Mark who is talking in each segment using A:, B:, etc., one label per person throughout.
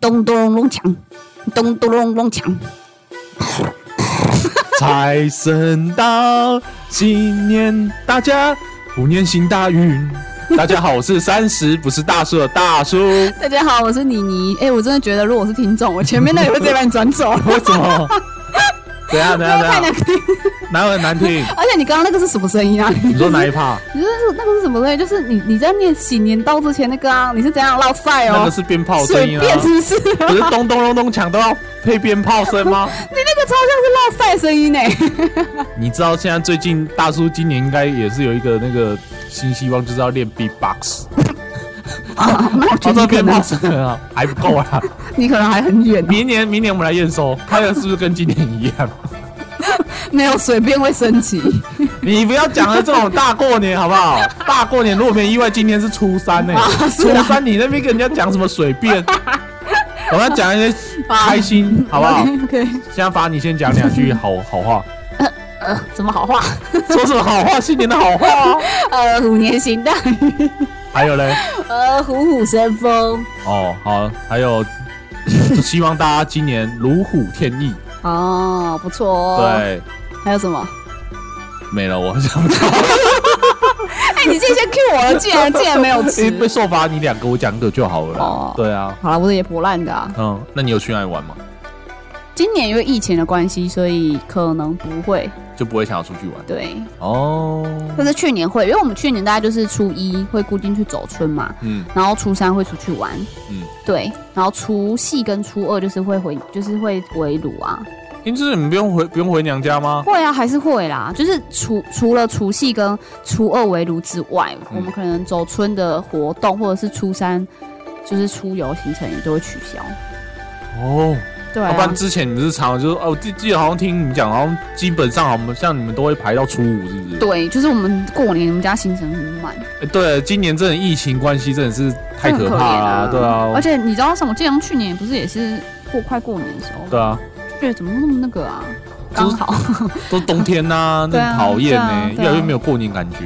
A: 咚咚隆隆锵，咚咚隆隆锵。
B: 财神到，新年大家虎年行大运。大家好，我是三十不是大叔的大 叔。
A: 大家好，我是妮妮。哎、我真的觉得，如果我是听众，我前面那个会直接把你 转走，
B: 为什么？等一下 等一下等一
A: 太难
B: 下，
A: 听。
B: 哪有很难听？
A: 而且你刚刚那个是什么声音啊？你
B: 你说哪一趴？
A: 就是那个是什么声音？就是你你在念喜年到之前那个啊，你是怎样落赛
B: 那
A: 哦
B: 个？是鞭炮声
A: 随
B: 音
A: 便
B: 啊
A: 是，不是？
B: 不是咚咚咚咚锵都要配鞭炮声吗？
A: 你那个超像是落赛声音欸呢、
B: 哦你知道现在最近大叔今年应该也是有一个那个新希望，就是要练 B-box，
A: 啊，那
B: 他
A: 我觉得
B: 哦这
A: 你可
B: 鞭炮
A: 能
B: 声很好还不够啊。
A: 你可能还很远、啊
B: 明年明年我们来验收，看看是不是跟今年一样。
A: 没有随便会升级。
B: 你不要讲了这种大过年好不 好？大过年如果没意外，今天是初三呢、
A: 啊是
B: 初
A: 啊
B: 三你那边跟人家讲什么水 变？我们要讲一些
A: 啊
B: 开心，好不好？
A: ？OK，
B: 现在罚你先讲两句好好话，
A: 呃，什么好话？
B: 说什么好话？新年的好话啊、
A: 呃，虎年行大运，
B: 还有嘞，
A: 呃，虎虎生风。
B: 哦，好，还有，希望大家今年如虎添翼。
A: 哦，不错哦。
B: 对，
A: 对，还有什么？
B: 没了，我想不到。
A: 哎、你这些 Q 我了，竟然竟然没有吃
B: 因为。被受罚你两个，我讲一个就好了啦。
A: 哦
B: 对啊，
A: 好了，我的也破烂的啊。
B: 嗯，那你有去哪里玩吗？
A: 今年因为疫情的关系，所以可能不会。
B: 就不会想要出去玩
A: 对，
B: 哦。
A: 但是去年会，因为我们去年大概就是初一会固定去走村嘛，
B: 嗯，
A: 然后初三会出去玩。
B: 嗯
A: 嗯，对，然后除夕跟初二就是会回，就是会围炉啊。
B: 因此你不用回不用回娘家吗？
A: 会啊，还是会啦。就是除除了除夕跟初二围炉之外，
B: 嗯
A: 我们可能走村的活动或者是初三就是出游行程也都会取消。
B: 哦，
A: 对
B: 要、不
A: 啊
B: 然，之前你们是常常就是哦，我记记得好像听你讲，好像基本上好像像你们都会排到初五，是不是？
A: 对，就是我们过年我们家行程很满，
B: 哎对，今年真的疫情关系真的是太
A: 很
B: 可怕
A: 怜
B: 了、对
A: 而
B: 啊，
A: 且你知道什么？建阳去年不是也是过快过年的时候，
B: 对啊，
A: 对，怎么那么那个啊？刚好，
B: 都冬天呐、那
A: 对啊
B: 很讨厌呢，
A: 对啊对啊
B: 越来越没有过年感觉。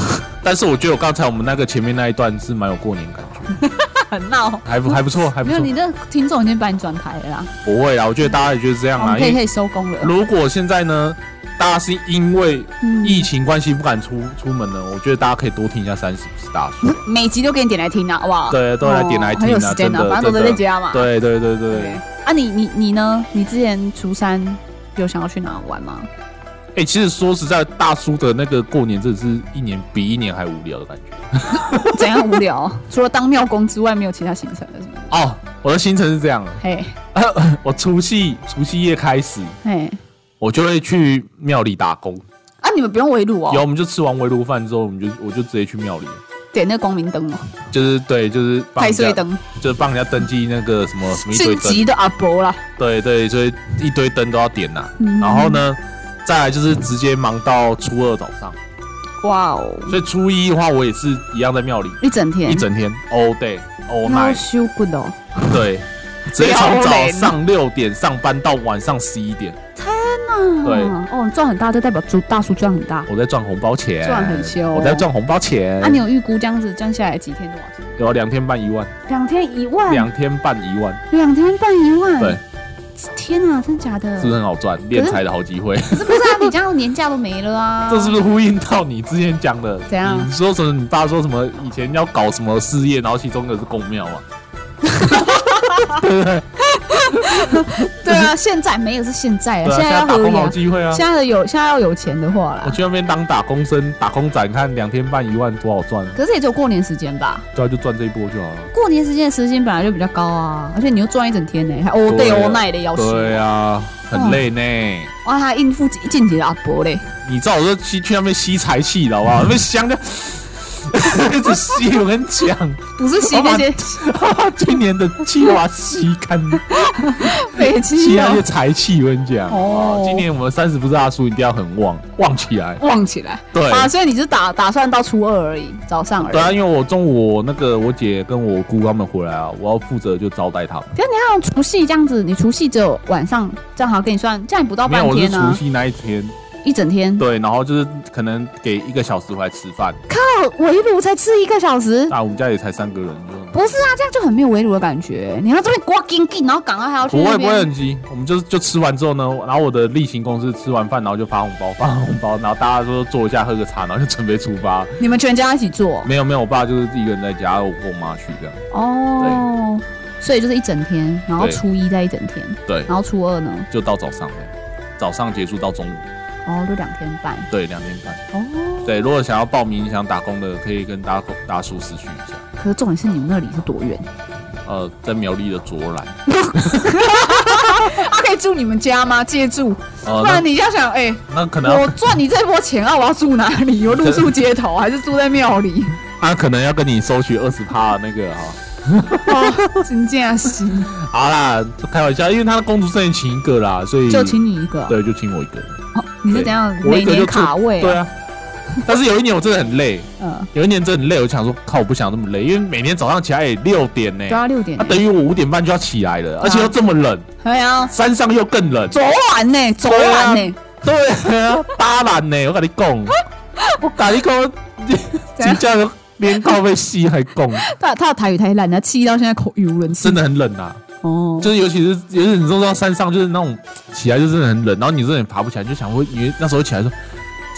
B: 但是我觉得我刚才我们那个前面那一段是蛮有过年感觉，
A: 很闹。
B: 还不还不错，还不
A: 嗯没有，
B: 错。
A: 你的听众已经把你转台了啦，
B: 不会啦，我觉得大家也就是这样
A: 我
B: 啦。
A: 们可以
B: 因
A: 可
B: 为
A: 以收工了。
B: 如果现在呢，大家是因为
A: 嗯
B: 疫情关系不敢出出门呢，我觉得大家可以多听一下三十不是大叔，
A: 每集都给你点来听啊，好不好？
B: 对，都来点来
A: 哦很
B: 听
A: 有
B: 啊，
A: 时
B: 真
A: 间
B: 的，
A: 反正
B: 真
A: 都在
B: 的，
A: 家嘛。
B: 对对对对。
A: 啊你，你你呢？你之前初三有想要去哪玩吗？
B: 哎，其实说实在，大叔的那个过年真的是一年比一年还无聊的感觉。
A: 怎样无聊？ 除了当庙公之外，没有其他行程了，是吗？
B: 哦，我的行程是这样的，
A: 嘿，
B: 我除夕除夕夜开始，
A: 嘿，
B: 我就会去庙里打工，
A: 啊，你们不用围炉
B: 然后
A: 哦，
B: 我们就吃完围炉饭之后，我们就我就直接去庙里了。
A: 点那个光明灯哦，
B: 就是对，就是帮
A: 太
B: 人
A: 岁
B: 家，
A: 灯，
B: 就是帮人家登记那个什么什么一堆
A: 晋
B: 灯，
A: 级的阿伯啦。
B: 对对，所以一堆灯都要点呐、
A: 嗯
B: 然后呢，再来就是直接忙到初二早上，
A: 哇哦，
B: 所以初一的话，我也是一样在庙里
A: 一整天，
B: 一整天，all day all
A: 那
B: night，
A: 修 good 哦，
B: 对，直接从早上六点上班到晚上十一点，
A: 嗯
B: 对
A: 哦，赚很大就代表猪大叔赚很大。
B: 我在赚红包钱，
A: 赚很凶
B: 我在赚红包钱，
A: 啊，你有预估这样子赚下来几天多少钱？
B: 有两天半一万，
A: 两天一万，
B: 两天半一万，
A: 两天半一万。
B: 对，
A: 天啊，真假的？
B: 是不是很好赚？敛财的好机会，
A: 是不是啊？你这样年假都没了啊？
B: 这是不是呼应到你之前讲的？
A: 怎样
B: 你说什么？你爸说什么？以前要搞什么事业，然后其中一个是供庙嘛？
A: 对啊，现在没有是现在啊，
B: 对啊，
A: 现
B: 现
A: 在
B: 在
A: 要
B: 打
A: 合
B: 工
A: 理
B: 好
A: 啊。
B: 机会啊
A: 现！在的有现在要有钱的话
B: 我
A: 啦，
B: 去那边当打工生、打工仔，你看两天半一万多好赚，
A: 可是也只有过年时间吧。
B: 对啊，就赚这一波就好了。
A: 过年时间的时薪本来就比较高啊，而且你又赚一整天呢、还 all day
B: 对啊
A: all night 的要求，
B: 对啊，很累呢。
A: 哇，还应付进级的阿伯嘞，
B: 你知道我说去去那边吸财气了好不 好？那边香的。 一直吸，我跟你讲，
A: 不是吸那些
B: 今年的计划吸干，
A: 废
B: 吸
A: 气
B: 那些
A: 哦，
B: 财气。我跟你讲，
A: 哦
B: 哦，今年我们三十不是大叔，一定要很旺旺起 来。
A: 旺起来
B: 对，
A: 啊！所以你是打打算到初二而已，早上而已。
B: 对啊，因为我中午我那个我姐跟我姑他们回来啊，我要负责就招待他们。
A: 可是你看除夕这样子，你除夕只有晚上，这样好给你算，这样也不到
B: 没有，
A: 半
B: 我是
A: 天
B: 除
A: 啊，
B: 夕那一天，
A: 一整天。
B: 对，然后就是可能给一个小时回来吃饭。啊
A: 靠，围炉才吃一个小时，
B: 那我们家也才三个人，就很
A: 不是啊，这样就很没有围炉的感觉。你要这边刮紧紧，然后赶快还要去
B: 不会
A: 那
B: 不会
A: 边，
B: 很急，我们就就吃完之后呢，然后我的例行公事吃完饭，然后就发红包， 发红包，然后大家说坐一下喝个茶，然后就准备出发。
A: 你们全家一起做
B: 没有没有，我爸就是一个人在家，我跟我妈去这样。
A: 哦。所以就是一整天，然后
B: 对
A: 初一再一整天，
B: 对，
A: 然后初二呢，
B: 就到早上了，早上结束到中午，
A: 哦，就两天半
B: 对，两天半。
A: 哦。
B: 对，如果想要报名想打工的，可以跟大家大叔私讯一下。
A: 可是重点是你们那里是多远？
B: 呃，在苗栗的卓兰，
A: 他可以住你们家吗？借住，
B: 呃
A: 不，然
B: 那
A: 你要想，哎、
B: 那可能要
A: 我赚你这波钱啊，我要住哪里？我露宿街头啊还是住在庙里？
B: 他可能要跟你收取二十趴那个哈。
A: 哦， 真假是，
B: 好啦，开玩笑，因为他的公主只能请一个啦，所以
A: 就请你一个。
B: 对，就请我一个。
A: 哦，你是怎样
B: 我
A: 每
B: 一个
A: 年
B: 就住
A: 卡位、
B: 对，啊，但是有一年我真的很累，
A: 嗯，
B: 有一年真的很累，我就想说，靠，我不想那么累，因为每天早上起来也六点呢、
A: 都要六点
B: 那、
A: 欸。
B: 等于我五点半就要起来
A: 啊
B: 了，而且又这么冷，
A: 对啊，
B: 山上又更冷，
A: 昨晚
B: 啊
A: 呢、昨晚呢、
B: 对啊，当然呢，我跟你讲，我跟你讲，
A: 怎
B: 真
A: 样
B: 正连靠被吸还供，
A: 他他的台语太烂，他气到现在口语无伦次。
B: 真的很冷啊。
A: 哦，
B: 就是尤其是尤其是你知道山上就是那种起来就真的很冷，然后你真的爬不起来，就想说你那时候起来说，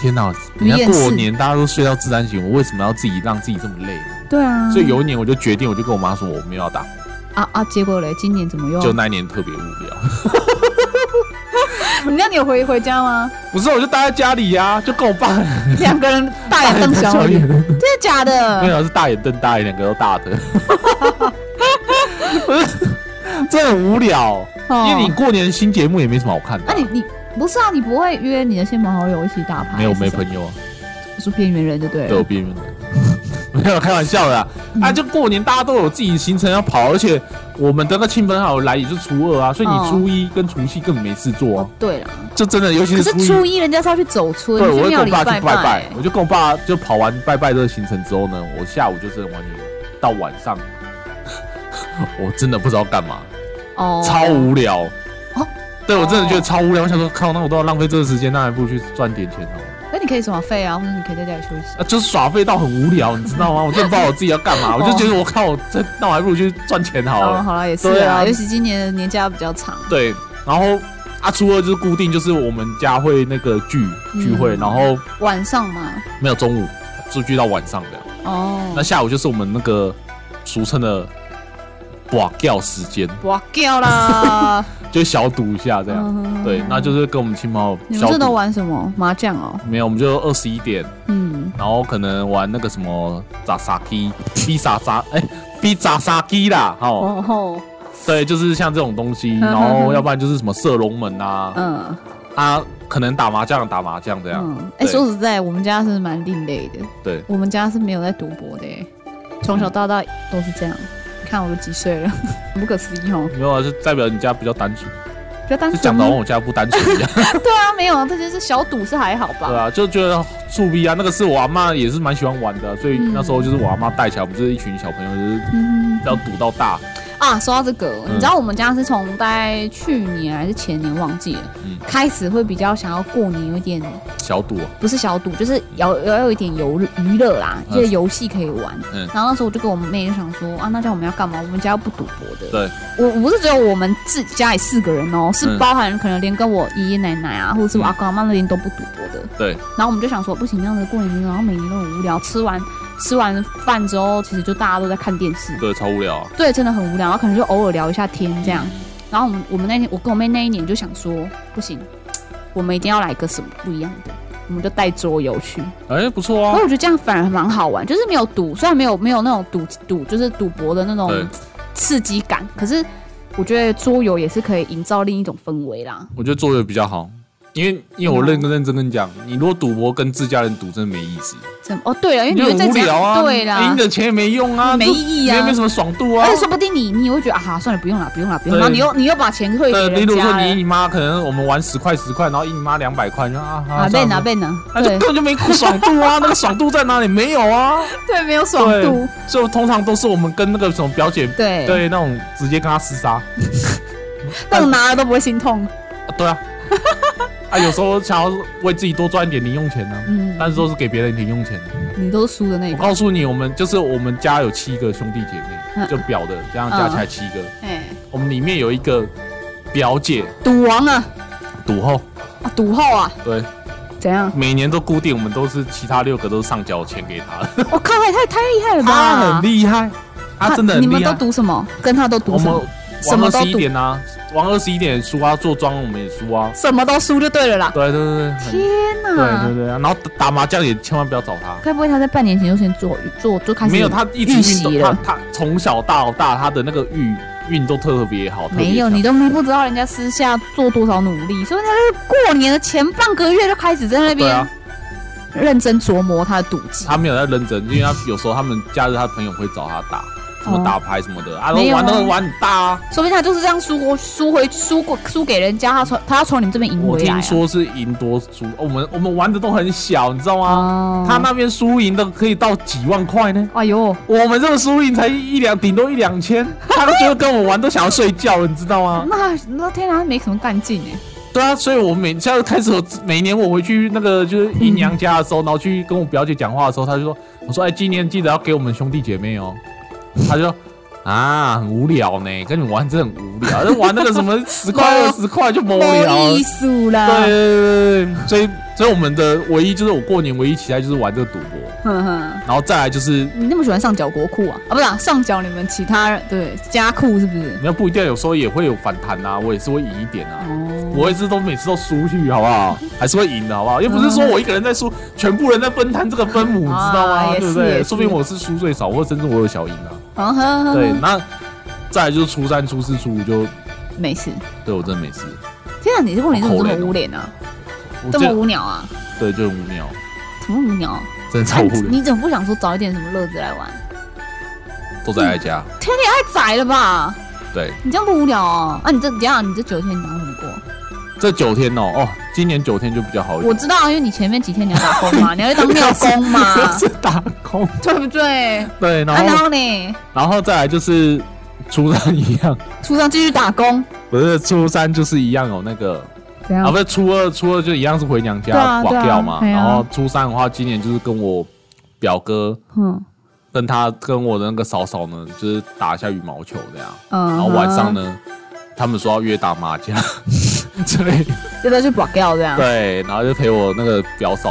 B: 天哪，
A: 你
B: 人家
A: 厌世
B: 过年大家都睡到自然醒，我为什么要自己让自己这么累呢？
A: 对啊。
B: 所以有一年我就决定，我就跟我妈说我没有要打，
A: 啊啊，结果嘞，今年怎么又？
B: 就那一年特别无聊。
A: 那你有回回家吗？
B: 不是，我就待在家里呀、就跟我爸
A: 两个人
B: 嗯
A: 大眼 瞪小眼，嗯
B: 没
A: 真的假的？
B: 有是大眼瞪大眼，两个都大的。 不是，真的很无聊，因为你过年新节目也没什么好看的
A: 哦那、
B: 啊、
A: 你你不是啊？你不会约你的亲朋好友一起打牌？
B: 没有
A: 还是
B: 没
A: 什么
B: 朋友啊，
A: 是边缘人就对
B: 都有
A: 了。
B: 边缘人。 没有开玩笑的啊啊！就过年大家都有自己行程要跑，而且我们的那亲朋好友来也是初二啊，所以
A: 哦
B: 你初一跟除夕根本没事做、啊
A: 哦，，对了，
B: 就真的尤其
A: 可
B: 是
A: 是
B: 初一。
A: 初一人家是要去走村，
B: 对，我会
A: 去
B: 跟
A: 庙
B: 我
A: 里
B: 爸去
A: 拜
B: 拜拜，我就跟我爸就跑完拜拜这个行程之后呢，我下午就真的完全到晚上，我 真的不知道干嘛，
A: 哦，
B: 超无聊。
A: 哦
B: 对我真的觉得超无聊，我想说靠，那我都要浪费这个时间，那还不如去赚点钱好了。
A: 那你可以耍废啊，或者你可以在家里休息。
B: 啊，就是耍废到很无聊，你知道 吗？我真的不知道我自己要干嘛，我就觉得我靠，我这那我还不如去赚钱好
A: 哦，
B: 了。
A: 好了，也是
B: 对
A: 啊，
B: 啊
A: 尤其今年的年假比较长。
B: 对，然后啊，初二就是固定，就是我们家会那个聚聚会，
A: 嗯
B: 然后
A: 晚上嘛，
B: 没有中午，就聚到晚上的。那
A: 哦，
B: 下午就是我们那个俗称的“哇掉”时间，
A: 哇掉啦！
B: 就小赌一下这样。
A: 嗯
B: 对，那就是跟我们亲朋好
A: 你
B: 友
A: 们
B: 小
A: 这都
B: 赌。
A: 玩什么麻将哦？
B: 没有，我们就二十一点，
A: 嗯，
B: 然后可能玩那个什么扎沙基、比扎 沙，哎，比扎沙基啦，哦，
A: 哦吼，
B: 对，就是像这种东西，
A: 嗯哼
B: 然后要不然就是什么射龙门啊，
A: 嗯
B: 啊，可能打麻将打麻将这样，
A: 嗯，哎，
B: 对
A: 说实在，我们家是蛮另类的，
B: 对，
A: 我们家是没有在赌博的欸，从小到大都是这样。看我都几岁了， 不可思议哦！
B: 没有啊，就代表你家比较单纯，
A: 不要单
B: 就
A: 纯
B: 讲到
A: 啊，
B: 我家不单纯一样，
A: 对啊，没有啊，这些是小赌是还好吧？
B: 对啊，就觉得树逼啊，那个是我阿妈也是蛮喜欢玩的，所以
A: 嗯
B: 那时候就是我阿妈带起来，我们就是一群小朋友，就是
A: 嗯
B: 要赌到大。
A: 啊，说到这个，
B: 嗯
A: 你知道我们家是从大概去年还是前年忘记了，
B: 嗯
A: 开始会比较想要过年有一点
B: 小赌啊，
A: 不是小赌，就是要要有一点游娱乐啦，
B: 嗯
A: 就是游戏可以玩。
B: 嗯
A: 然后那时候我就跟我妹就想说啊，那叫我们要干嘛？我们家又不赌博的。
B: 对，
A: 我我不是只有我们自己家里四个人哦，是
B: 嗯
A: 包含可能连跟我爷爷奶奶啊，或者是
B: 嗯
A: 我阿公阿妈那边都不赌博的。
B: 对。
A: 然后我们就想说，不行，这样子过年，然后每年都很无聊。吃完吃完饭之后，其实就大家都在看电视。
B: 对，超无聊啊。
A: 对，真的很无聊，然后可能就偶尔聊一下天这样。然后我们我们那天，我跟我妹那一年就想说，不行，我们一定要来个什么不一样的，我们就带桌游去。
B: 哎，不错
A: 然后
B: 啊，
A: 我觉得这样反而蛮好玩，就是没有赌，虽然没有没有那种赌赌就是赌博的那种
B: 对
A: 刺激感，可是我觉得桌游也是可以营造另一种氛围啦。
B: 我觉得做的比较好，因为因为我
A: 嗯
B: 认认真跟你讲，你如果赌博跟自家人赌，真的没意思，
A: 怎么？哦，对了，因为
B: 你
A: 你
B: 就
A: 会在
B: 很无
A: 家、
B: 聊啊，
A: 对啦
B: 赢，的钱也没用啊，
A: 没
B: 就
A: 意义啊
B: 也没什么爽度啊
A: 而且。说不定你你会觉得啊，算了，不用啦，不用啦，不用
B: 对
A: 啦，然后你又你又把钱退给
B: 对，例
A: 人
B: 如
A: 家
B: 说
A: 了
B: 你赢你妈，可能我们玩十块十块，然后赢你妈两百块，你说啊
A: 啊，
B: 这
A: 被
B: 样子
A: 拿被拿，
B: 那就
A: 对
B: 根本就没爽度啊，那个爽度在哪里？没有啊，
A: 对，没有爽
B: 对
A: 度，
B: 所以通常都是我们跟那个什么表姐
A: 对
B: 对，那种直接跟他厮杀。
A: 那种拿了都不会心痛。
B: 啊对啊，啊，有时候想要为自己多赚一点零用钱呢、
A: 嗯，
B: 但是都是给别人零用钱的。
A: 你都是输的那
B: 我
A: 个，
B: 告诉你，我们就是我们家有七个兄弟姐妹，
A: 嗯
B: 就表的，这样加起来七个。
A: 哎，
B: 我们里面有一个表姐
A: 赌王啊，
B: 赌后，
A: 啊，赌后啊，
B: 对，
A: 怎样？
B: 每年都固定，我们都是其他六个都是上交钱 给他，
A: 我靠，也太太厉害了吧！
B: 他很厉害，他真的很
A: 你们
B: 厉
A: 都
B: 害。
A: 赌什么？跟他都赌
B: 我
A: 什
B: 们
A: 么？什
B: 玩
A: 么
B: 二
A: 都
B: 十一
A: 赌
B: 点啊，玩二十一点也输啊，做庄我们也输啊。
A: 什么都输就对了啦。
B: 对对对对，很
A: 天
B: 对对
A: 哪！
B: 对啊，然后打麻将也千万不要找他。
A: 该不会他在半年前就先做做做开始？
B: 没有，他一
A: 预
B: 直运
A: 习
B: 动，
A: 了
B: 他他从小到大他的那个运运都特别好，特别
A: 没有，
B: 强
A: 你都不知道人家私下做多少努力，所以他就是过年的前半个月就开始在那
B: 对
A: 边
B: 啊，
A: 认真琢磨他的赌技。
B: 他没有在认真，因为他有时候他们假日他朋友会找他打什么
A: 哦
B: 打牌什么的，啊，
A: 没有啊
B: 玩都玩很大啊。
A: 说不定他就是这样输过、输回、输过、输给人家，他从他要从你们这边赢
B: 我
A: 回来、啊。
B: 听说是赢多输，哦我们我们玩的都很小，你知道吗？
A: 哦，
B: 他那边输赢的可以到几万块呢，
A: 哎呦，
B: 我们这个输赢才一两，顶多一两千，他都觉得跟我玩都想要睡觉了，你知道吗？
A: 哦那那天他没什么干劲哎。
B: 对啊，所以我每现在开始我，每年我回去那个就是姨娘家的时候，然后去跟我表姐讲话的时候，她就说：“我说哎，今年记得要给我们兄弟姐妹哦。”她就说：“啊，很无聊呢，跟你玩真的很无聊，就玩那个什么十块
A: 没
B: 二十块就无聊了。
A: 艺
B: 对
A: 术”啦，
B: 对对对，所以所以我们的唯一就是我过年唯一期待就是玩这个赌博，
A: 哼哼，
B: 然后再来就是
A: 你那么喜欢上缴国库啊？啊，不是、啊、上缴你们其他人对家库是不是？
B: 你要不一定有时候也会有反弹呐、啊，我也是会赢一点啊。
A: 哦，
B: 不会是都每次都输去，好不好？还是会赢的，好不好？又不是说我一个人在输，全部人在分摊这个分母，你知道
A: 啊
B: 吗？
A: 也
B: 对不
A: 是也
B: 对？
A: 是
B: 说不定我是输最少，或甚至我有小赢啊。
A: 啊呵呵，
B: 对，那再来就是初三、初四、初五就
A: 没事。
B: 对我真的没事，
A: 天啊，你这过年怎么这么无脸啊？
B: 我
A: 这么
B: 这
A: 无聊啊？
B: 对就很无聊，
A: 怎么无聊、啊？
B: 真的超无聊，
A: 你怎么不想说找一点什么乐子来玩？
B: 都在家。
A: 太窄了吧？
B: 对，
A: 你这样不无聊哦？啊，你这等一下你这九天你打算怎么过？
B: 这九天哦，哦，今年九天就比较好一
A: 我
B: 点。
A: 知道啊，因为你前面几天你要打工嘛，你要去当庙工 嘛，
B: 是打工，
A: 对不对？啊，
B: 对，然
A: 然
B: 后
A: 后呢，
B: 然后再来就是初三一样，
A: 初上继续打工，
B: 不是初三就是一样有那个
A: 怎
B: 啊，不是初二，初二就一样是回娘
A: 对
B: 家
A: 啊
B: 挂
A: 对啊
B: 掉嘛。
A: 对啊
B: 然后初三的话，今年就是跟我表哥
A: 嗯
B: 跟他跟我的那个嫂嫂呢，就是打一下羽毛球这样。
A: 嗯，
B: 然后晚上呢，他们说要约打麻 将，所以
A: 就再去 block 掉这样。
B: 对，然后就陪我那个表嫂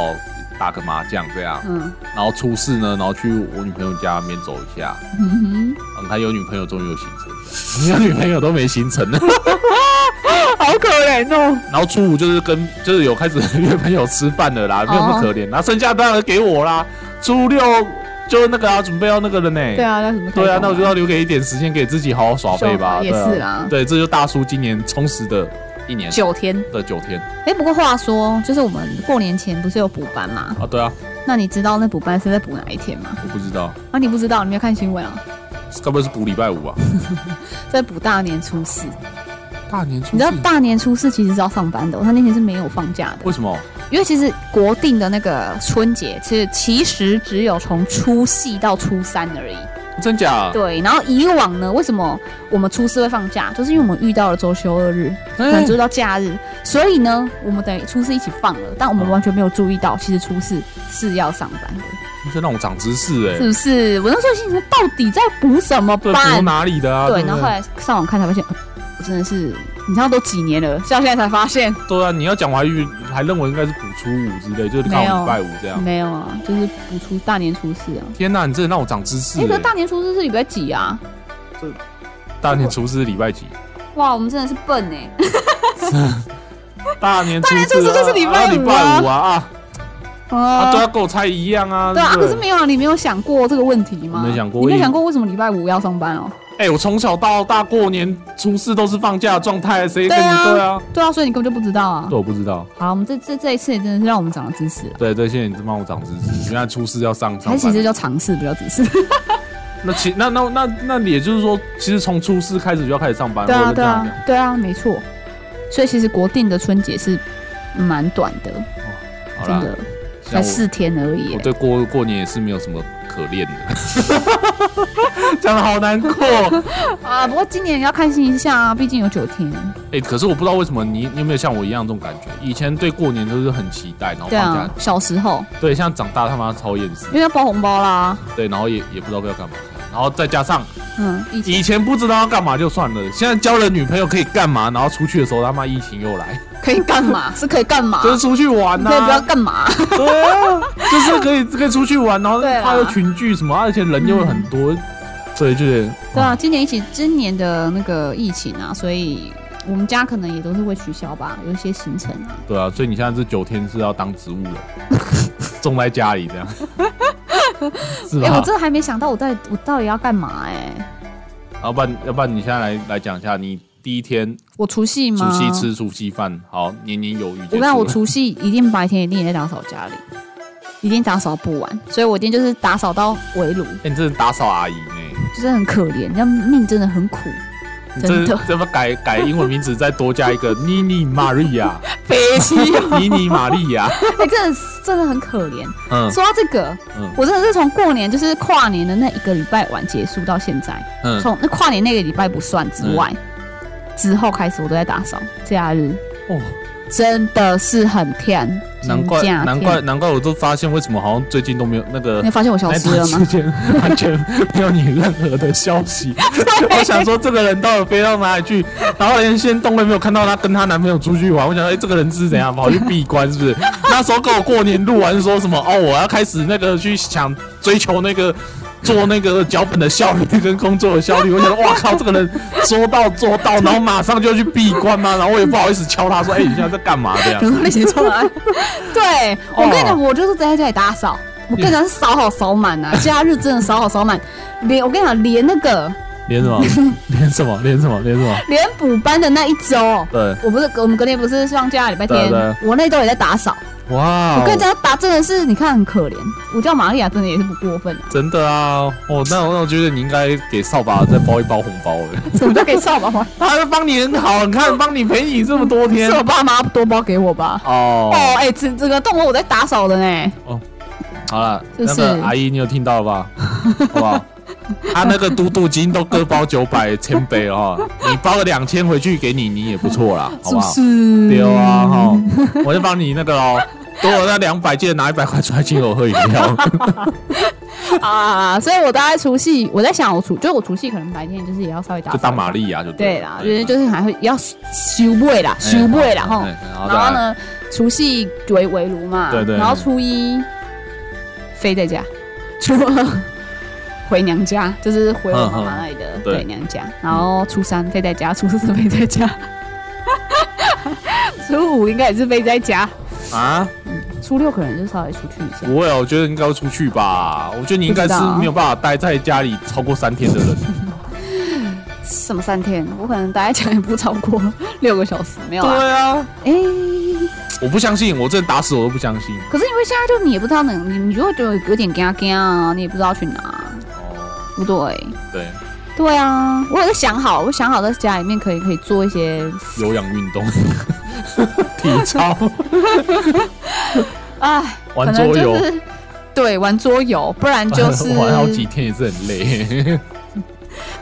B: 打个麻将这样。
A: 嗯
B: 然后初四呢，然后去我女朋友家那边走一下。
A: 嗯
B: 嗯，他有女朋友终于有行程， 你有女朋友都没行程呢，好可怜哦。然后初五就是跟就是有开始约朋友吃饭了
A: 哦
B: 啦，没有那么可怜。然后剩下当然给我啦。初六就那个啊，准备要那个了呢。
A: 哼，对。啊，那什么？
B: 对啊，那我就要留给一点时间给自己好好耍废吧。
A: 也
B: 对啊
A: 是啦
B: 对，这就大叔今年充实的一年
A: 九天。
B: 的九天
A: 哎，不过话说，就是我们过年前不是有补班嘛？
B: 啊。对啊，
A: 那你知道那补班是在补哪一天吗？
B: 我不知道，
A: 啊，你不知道，你没有看新闻啊？
B: 该不会是补礼拜五啊？
A: 在补大年初四。
B: 大年初
A: 你知道
B: 四
A: 大年初四其实是要上班的，哦他那天是没有放假的，
B: 为什么？
A: 因为其实国定的那个春节，其实其实只有从初四到初三而已。
B: 真假？
A: 对，然后以往呢，为什么我们初四会放假？就是因为我们遇到了周休二日，
B: 嗯哎
A: 可能就是到假日，所以呢，我们等于初四一起放了，但我们
B: 嗯
A: 完全没有注意到，其实初四是要上班的，
B: 这让我长知识哎、
A: 是不是？我那时候心里说，到底在补什么
B: 对，补
A: 班？
B: 哪里的啊？
A: 对，
B: 不
A: 然后后来上网看才发现，呃我真的是，你知道都几年了，到现在才发现，
B: 对啊，你要讲我还以为还认为应该是补初五之类，就是刚好礼拜五这样。
A: 没有啊，就是补出大年初四啊。
B: 天哪、你真的让我长知识、
A: 哎、可是
B: 欸！
A: 大年初四是礼拜几啊？
B: 大年初四是礼拜几？
A: 哇，我们真的是笨哎、
B: 大年初
A: 初四就是礼拜五啊
B: 啊，礼拜五啊啊啊！
A: 啊
B: 对啊，跟我猜一样啊。
A: 对啊，
B: 不
A: 可是没有啊，你没有想过这个问题吗？
B: 我没想过
A: 你没有想过为什么礼拜五要上班哦？
B: 哎、我从小到大过年初四都是放假的状态，谁跟你
A: 对啊
B: 对啊？
A: 对啊，所以你根本就不知道啊
B: 对，。我不知道。
A: 好，我们这这这一次也真的是让我们长了知识了，
B: 对对，谢谢你帮我长知识。原来初四要上上
A: 还
B: 班。
A: 是其实叫尝试，不叫 知识。
B: 那其那那那那那也就是说，其实从初四开始就要开始上班。
A: 对
B: 我
A: 啊，
B: 就这
A: 对
B: 样
A: 啊，对啊，没错。所以其实国定的春节是蛮短的，
B: 讲好
A: 啊真
B: 啦，
A: 的
B: 像
A: 才
B: 我
A: 四天而已
B: 我
A: 欸。
B: 对过过年也是没有什么可恋的。讲的好难过。
A: 啊，不过今年要看心一下啊，毕竟有九天。
B: 哎、可是我不知道为什么你你有没有像我一样这种感觉？以前对过年都是很期待，然后
A: 对
B: 放假
A: 啊，，小时候
B: 对，像长大他妈超厌世
A: 因，为要包红包啦，
B: 对，然后也也不知道要干嘛，然后再加上
A: 嗯，疫情
B: 以前不知道要干嘛就算了，现在交了女朋友可以干嘛，然后出去的时候他妈疫情又来，
A: 可以 干嘛？是可以干嘛？
B: 就是啊出去玩
A: 啊你
B: 呐、
A: 可以不要干嘛？
B: 对啊，就是可以可以出去玩，然后
A: 对啦啊嗯
B: 他又群聚什么，啊而且人又很多，所以就是
A: 对啊，今年疫情，今年的那个疫情啊，所以我们家可能也都是会取消吧，有一些行程啊。
B: 对啊，所以你现在这九天是要当植物人，种在家里这 样，是
A: 哎、我
B: 吧？
A: 真的还没想到我在我到底要干嘛哎、
B: 要不然要不然你现在来来讲一下，你第一天
A: 我除夕
B: 除
A: 吗？
B: 夕。吃除夕饭，好年年有余。
A: 嗯我跟你讲，我除夕一定白天一定也在打扫家里，一定打扫不完，所以我一定就是打扫到围炉，
B: 哎、你真的打扫阿姨呢、
A: 就是很可怜，这样命真的很苦。
B: 你
A: 真的
B: 这这不改改英文名字，再多加一个妮妮玛利 亚，
A: 悲戚，
B: 妮妮玛利 亚，
A: 哎、真的是真的很可怜。
B: 嗯
A: 说到这个，
B: 嗯
A: 我真的是从过年就是跨年的那一个礼拜晚结束到现在，
B: 嗯，
A: 从那跨年那个礼拜不算之外，之后开始我都在打扫假日，
B: 哦，
A: 真的是很甜，
B: 难怪
A: 真的很
B: 难怪
A: 甜。
B: 难怪，我都发现为什么好像最近都没有那个
A: 你有发现我消
B: 那
A: 失
B: 段
A: 了
B: 时
A: 吗？
B: 间完全没有你任何的消息。 我想说，这个人到底飞到哪里去？然后连先动都没有看到她跟她男朋友出去玩。我想说，哎、这个人是怎样跑去闭关是不是？ 那时候跟我过年录完说什么？哦，我要开始那个去想追求那个。做那个脚本的效率跟工作的效率，我想说，哇靠，这个人说到做到，然后马上就去闭关嘛，然后我也不好意思敲他说，哎、你现在在干嘛这样
A: 可？是你写错了。 对，我跟你讲，我就是在家里打扫，我跟你讲是扫好扫 满啊，假日真的扫好扫满，连我跟你讲，连那个
B: 连什么？ 连什么？连什么？连什么？
A: 连补班的那一周。
B: 对，
A: 我不是，我们隔天不是放假礼拜天
B: 嗯对对，
A: 我那周也在打扫。
B: 哇、哦
A: 我跟你讲，打真的是，你看很可怜。我叫玛利亚，真的也是不过 分啊，
B: 真的啊，哦，那我那我觉得你应该给扫把再包一包红包了。
A: 怎么都可以扫把我，
B: 他都帮你很好，你看帮你陪你这么多天
A: 是我爸妈多包给我吧？
B: 哦
A: 哦，哎、这这个动物我在打扫的呢，
B: 好了，
A: 是
B: 那
A: 不是
B: 个阿姨你有听到了吧？好不好？他那个嘟嘟金都各包九百千杯哈， 你包个两千回去给你，你也不错啦，好
A: 是
B: 不
A: 不
B: 好？
A: 是？
B: 丢啊哈，我就帮你那个哦。等我那两百，记得拿一百块出来请我喝饮 料。
A: 啊，所以我大概除夕，我在想，我除就是我除夕可能白天就是也要稍微打扫
B: 就当玛利亚就
A: 对
B: 了哎
A: 啦，就是就是还会要修背啦，修背啦吼。
B: 哎哎然后再
A: 然
B: 来
A: 后呢，除夕围围炉嘛，
B: 对对
A: 然后
B: 对
A: 初一飞在家， 初二回娘家，就是回我妈妈那里的
B: 嗯对
A: 对娘家。然后初三飞在家，初 四飞在家，初五应该也是飞在家，
B: 啊？
A: 初六可能就稍微出去一下。
B: 不会啊，我觉得应该会出去吧。我觉得你应该是
A: 啊
B: 没有办法待在家里超过三天的人。
A: 什么三天？我可能待在家也不超过六个小时，没有啊。
B: 啊，
A: 哎、
B: 我不相信，我真的打死我都不相信。
A: 可是因为现在就你也不知道能，你你就会觉得有点尴尬啊，你也不知道去哪，
B: 哦，
A: 不对。
B: 对，
A: 对啊，我有在想好，我想好在家里面可以可以做一些
B: 有氧运动、体操、
A: 哎，可
B: 玩
A: 能
B: 桌
A: 就
B: 游，
A: 是对玩桌游，不然就是
B: 玩好几天也是很累。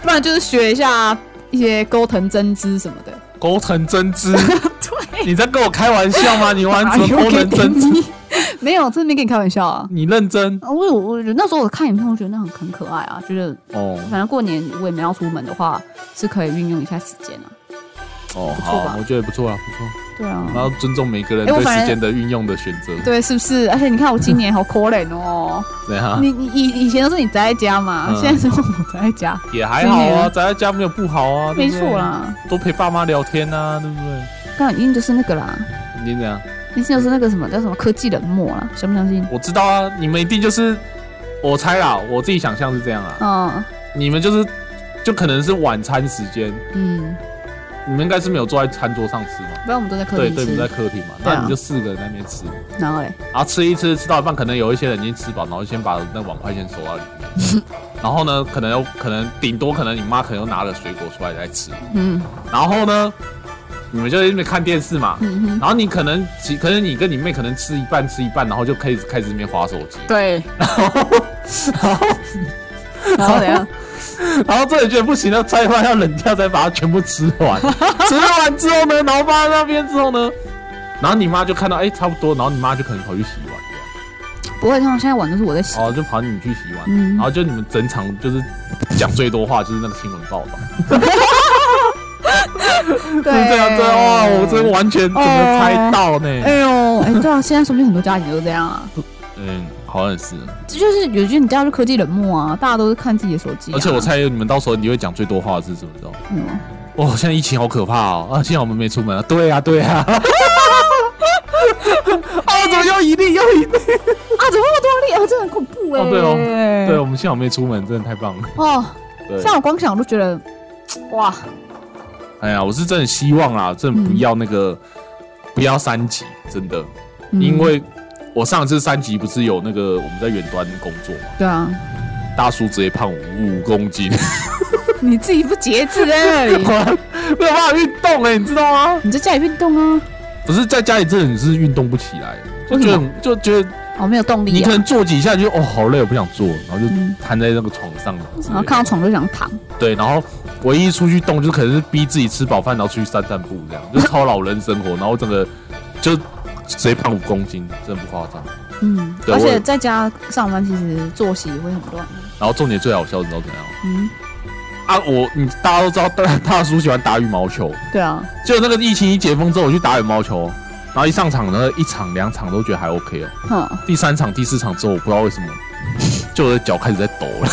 A: 不然就是学一下一些钩藤针织什么的。
B: 钩藤针织，
A: 对，
B: 你在跟我开玩笑吗？你玩什
A: 啊
B: 么钩藤针织？
A: 织？ 没有，真的没跟你开玩笑啊。
B: 你认真
A: 啊我有我有那时候我看影片，我觉得那很很可爱啊，觉得
B: 哦
A: 反正过年我也没要出门的话，是可以运用一下时间啊。
B: 哦，
A: 不错吧
B: 好，我觉得不错啊，不错。
A: 对啊，
B: 然后尊重每个人
A: 哎我
B: 对
A: 反而
B: 时间的运用的选择，
A: 对，是不是？而且你看我今年好可怜哦，
B: 怎样？
A: 你你以以前都是你宅在家嘛，
B: 啊嗯
A: 现在是我宅在家，
B: 也还好
A: 今
B: 啊，
A: 年
B: 宅在家没有不好啊，对
A: 没
B: 不对
A: 错啦。
B: 多陪爸妈聊天啊，对不对？
A: 刚一定就是那个啦，
B: 你怎样？
A: 一定就是那个什么叫什么科技冷漠啦，相不相信？
B: 我知道啊，你们一定就是，我猜啦，我自己想象是这样啊，
A: 嗯
B: 你们就是，就可能是晚餐时间，
A: 嗯，
B: 你们应该是没有坐在餐桌上吃嘛，
A: 不然我们都在客
B: 对
A: 厅
B: 对，你
A: 吃
B: 们，在客厅嘛，
A: 对啊
B: 那你们就四个人在那边吃，
A: 然后嘞，
B: 然后吃一吃，吃到一半，可能有一些人已经吃饱，然后先把那碗筷先收到里面， 然后呢，可能有可能顶多可能你妈可能又拿了水果出来再吃，
A: 嗯
B: 然后呢，你们就在那边看电视嘛，
A: 嗯哼，
B: 然后你可能其可能你跟你妹可能吃一半吃一半，然后就 开始开始那边划手机，
A: 对，
B: 然后
A: 然后怎样？
B: 然后这里觉得不行了，菜饭要冷掉才把它全部吃 完。吃完之后呢，然后放在那边之后呢，然后你妈就看到哎、差不多，然后你妈就可能跑去洗碗这
A: 不会，通常现在碗都是我在洗。
B: 样，哦就跑你去洗碗，
A: 嗯
B: 然后就你们整场就是讲最多话就是那个新闻报道，就是
A: 对，
B: 这样这样啊哇，我真完全怎么猜到呢？
A: 哎呦，哎，对啊，现在说不定很多家庭都这样啊。
B: 嗯，好像是，
A: 这就是有些你家就科技冷漠啊，大家都是看自己的手机啊、
B: 而且我猜你们到时候你会讲最多话的是什么？你知道吗？
A: 嗯，
B: 哇，现在疫情好可怕哦！啊，幸好我们没出门啊。对啊，对啊。啊，怎么又一例又一例？
A: 啊，怎么那么多力？哦，真的很恐怖哎、
B: 哦对
A: 哦
B: 对，我们幸好没出门，真的太棒了。
A: 哦，
B: 对
A: 现在我光想我都觉得，哇，
B: 哎呀，我是真的希望啦，真的不要那个，不要三级，真的，
A: 嗯
B: 因为我上次三级不是有那个我们在远端工作嘛，
A: 对啊，
B: 大叔直接胖五五公 斤，
A: 你自己不节制在 那里，
B: 啊我没有办法运动哎、你知道吗？
A: 你在家里运动啊，
B: 不是在家里真的是运动不起来，就
A: 为
B: 觉
A: 什
B: 得
A: 么
B: 很就觉得
A: 哦，没有动
B: 你
A: 力
B: 可
A: 啊，
B: 能坐几下就哦好累，我不想坐，然后就
A: 嗯
B: 瘫在那个床上，
A: 然后看到床就想躺，
B: 对，然后唯一出去动就可能是逼自己吃饱饭，然后出去散散步，这样就是超老人生活，然后整个就直接胖五公斤，真的不夸张。
A: 嗯，
B: 对
A: 而
B: 我
A: 且
B: 也
A: 在家上班其实作息会很乱，
B: 然后重点最好笑，你知道怎样吗
A: 嗯，
B: 啊？我你大家都知道，大大叔喜欢打羽毛球，
A: 对啊，
B: 结果那个疫情一解封之后，我去打羽毛球，然后一上场呢，一场两场都觉得还 OK 哦，
A: 哼，
B: 第三场第四场之后，我不知道为什么，就我的脚开始在抖了。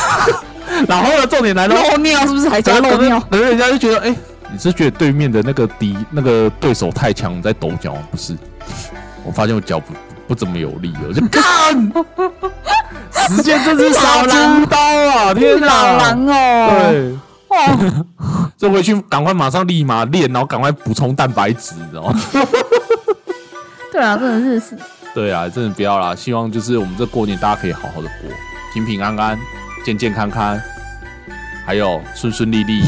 B: 然后呢，重点来了，
A: 漏尿是不是还加
B: 然后
A: 漏
B: 可能
A: 尿？
B: 可能人家就觉得，哎、你是觉得对面的那个敌那个对手太强，你在抖脚？不是，我发现我脚不不怎么有力了，我就干。时间真 是杀猪刀啊！天
A: 老
B: 哪，
A: 狼哦，
B: 对，
A: 哦，
B: 这回去赶快马上立马练，然后赶快补充蛋白质，你知道吗？
A: 对啊，真的是是，
B: 对啊，真的不要啦！希望就是我们这过年大家可以好好的过，平平安安、健健康康，还有顺顺利利。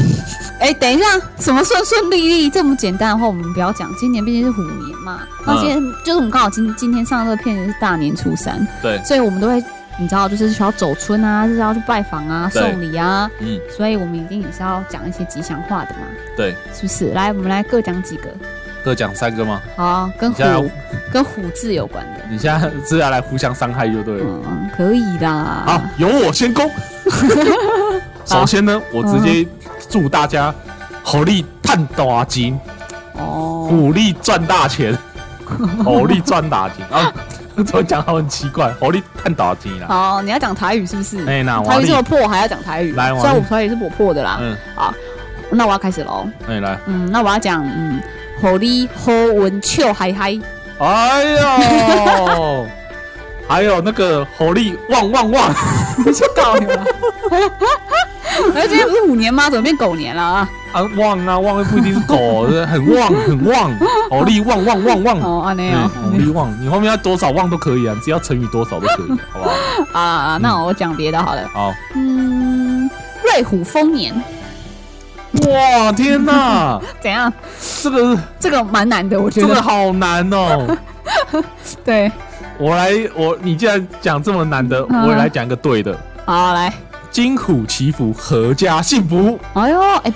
A: 哎，等一下，什么顺顺利利这么简单的话，我们不要讲，今年毕竟是虎年嘛，
B: 嗯
A: 那今天就是我们刚好今今天上这个片子是大年初三，
B: 对，
A: 所以我们都会。你知道，就是需要走村啊，就是要去拜访啊、
B: 对
A: 送礼啊，
B: 嗯，
A: 所以我们一定也是要讲一些吉祥话的嘛，
B: 对，
A: 是不是？来，我们来各讲几个，
B: 各讲三个吗？
A: 好啊，跟
B: 你
A: 虎
B: 现在要
A: 跟虎字有关的，
B: 你现在 是要来互相伤害就对了。
A: 嗯，可以啦。
B: 好，啊由我先 攻。首先呢，我直接祝大家猴力探大金，
A: 哦，
B: 虎力赚大钱， 猴力赚大金啊！怎么讲好很奇怪，猴力探大金啦。
A: 好，你要讲台语是不是？
B: 哎，那
A: 台
B: 我
A: 语
B: 力
A: 这，么破，还要讲台语？
B: 来王
A: 虽然我台语是我破的啦。
B: 嗯，
A: 那我要开始喽。
B: 哎来，
A: 嗯，那我要讲，嗯，火力好文笑嗨嗨，
B: 哎呦，还有那个猴力旺旺 旺，
A: 你去搞你了。而今天不是虎哎年吗？怎么变狗年了啊？
B: 啊旺啊旺，不一定是狗，很旺很 旺，猴力旺旺旺旺。
A: 哦，啊没
B: 对，
A: 有
B: 红利旺，你后面要多少旺都可以啊，你只要乘以多少都可以，好不 好？
A: 啊，那我讲别的好了。
B: 好，
A: 嗯，瑞虎丰年
B: 哇，天哪，
A: 怎样？
B: 这个
A: 这个蛮难的，我觉
B: 真的
A: 得。
B: 好难哦！
A: 对，
B: 我来，我你既然讲这么难的，
A: 嗯
B: 我也来讲一个对的，
A: 好来。
B: 金虎祈福，阖家幸福。
A: 哎呦，哎、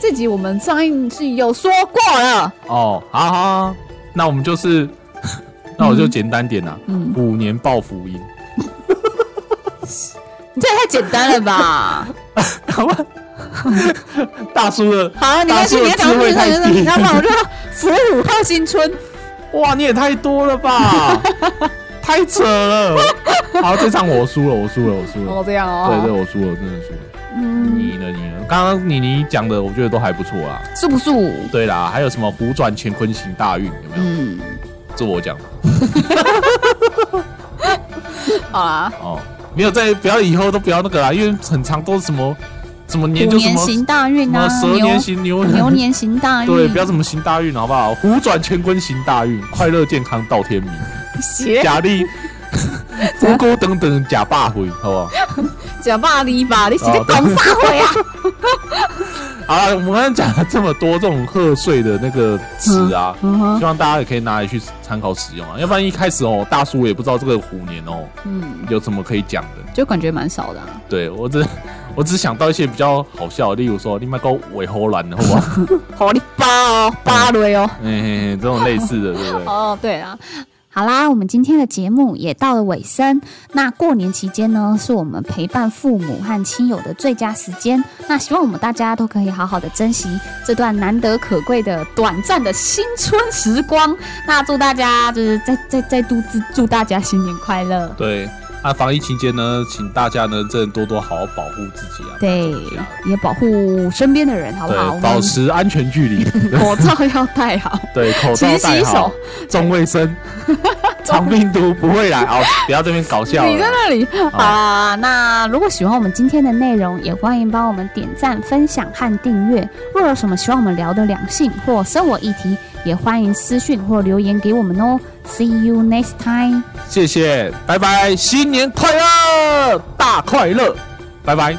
A: 这集我们上一期有说过了，
B: 哦，好好，好那我们就是， 那我就简单点啦、
A: 嗯，
B: 五年报福音，
A: 你这也太简单 了吧？
B: 好吧？
A: 嗯
B: 大叔的，
A: 好，你
B: 大
A: 要
B: 叔
A: 去，
B: 的
A: 你要讲
B: 智
A: 到
B: 慧
A: 这
B: 太
A: 个，
B: 低
A: 你要不然我就说福虎贺新春，
B: 哇，你也太多了 吧，太扯了。好，这场我输了，我输了，我输了。
A: 哦，这样哦，
B: 对对，我输了，真的输了。
A: 嗯，
B: 你呢？你呢？刚刚妮妮讲的，我觉得都还不错啦。
A: 是不是？
B: 对啦，还有什么虎转乾坤行大运有没有？
A: 嗯，
B: 这我讲的
A: 好啦，
B: 哦，没有在不要以后都不要那个啦，因为很长都是什么什么年
A: 虎
B: 就什
A: 年
B: 么
A: 行
B: 什
A: 大运啊
B: 么，蛇年
A: 牛
B: 行牛
A: 牛年行大运，
B: 对，不要什么行大运好不好？虎转乾坤行大运，快乐健康到天明，
A: 邪
B: 假力五谷等等假霸回，好不好？
A: 假霸你吧，你是在
B: 哦对
A: 搞啥鬼啊？
B: 好啦，我们刚才讲了这么多这种贺岁的那个词啊，
A: 嗯 哼，
B: 希望大家也可以拿来去参考使用啊，要不然一开始哦，大叔也不知道这个虎年哦
A: 嗯，
B: 有什么可以讲的。
A: 就感觉蛮少的啊，
B: 对我只 我只想到一些比较好笑的，例如说你买个尾喉兰，好不好？
A: 好你巴哦，巴雷哦。
B: 嘿嘿嘿，这种类似的，对不对？
A: 哦，对啊。好啦，我们今天的节目也到了尾声。那过年期间呢，是我们陪伴父母和亲友的最佳时间。那希望我们大家都可以好好的珍惜这段难得可贵的短暂的新春时光。那祝大家就是再再再度祝祝大家新年快乐。
B: 对。那防疫期间呢，请大家呢，真的多多好好保护自己啊，
A: 对
B: 不要走一下，
A: 也保护身边的人，好不好？
B: 对，
A: 我们
B: 保持安全距离，
A: 口罩要戴好，
B: 对， 口罩
A: 勤洗
B: 戴好
A: 手，。
B: 重卫 生，长病毒不会来哦，不要这边搞笑
A: 你在
B: 了。
A: 那里啊？那如果喜欢我们今天的内容，也欢迎帮我们点赞、分享和订阅。若有什么希望我们聊的两性或生活议题，也欢迎私讯或留言给我们哦。See you next time。
B: 谢谢，拜拜，新年快乐，大快乐，拜拜。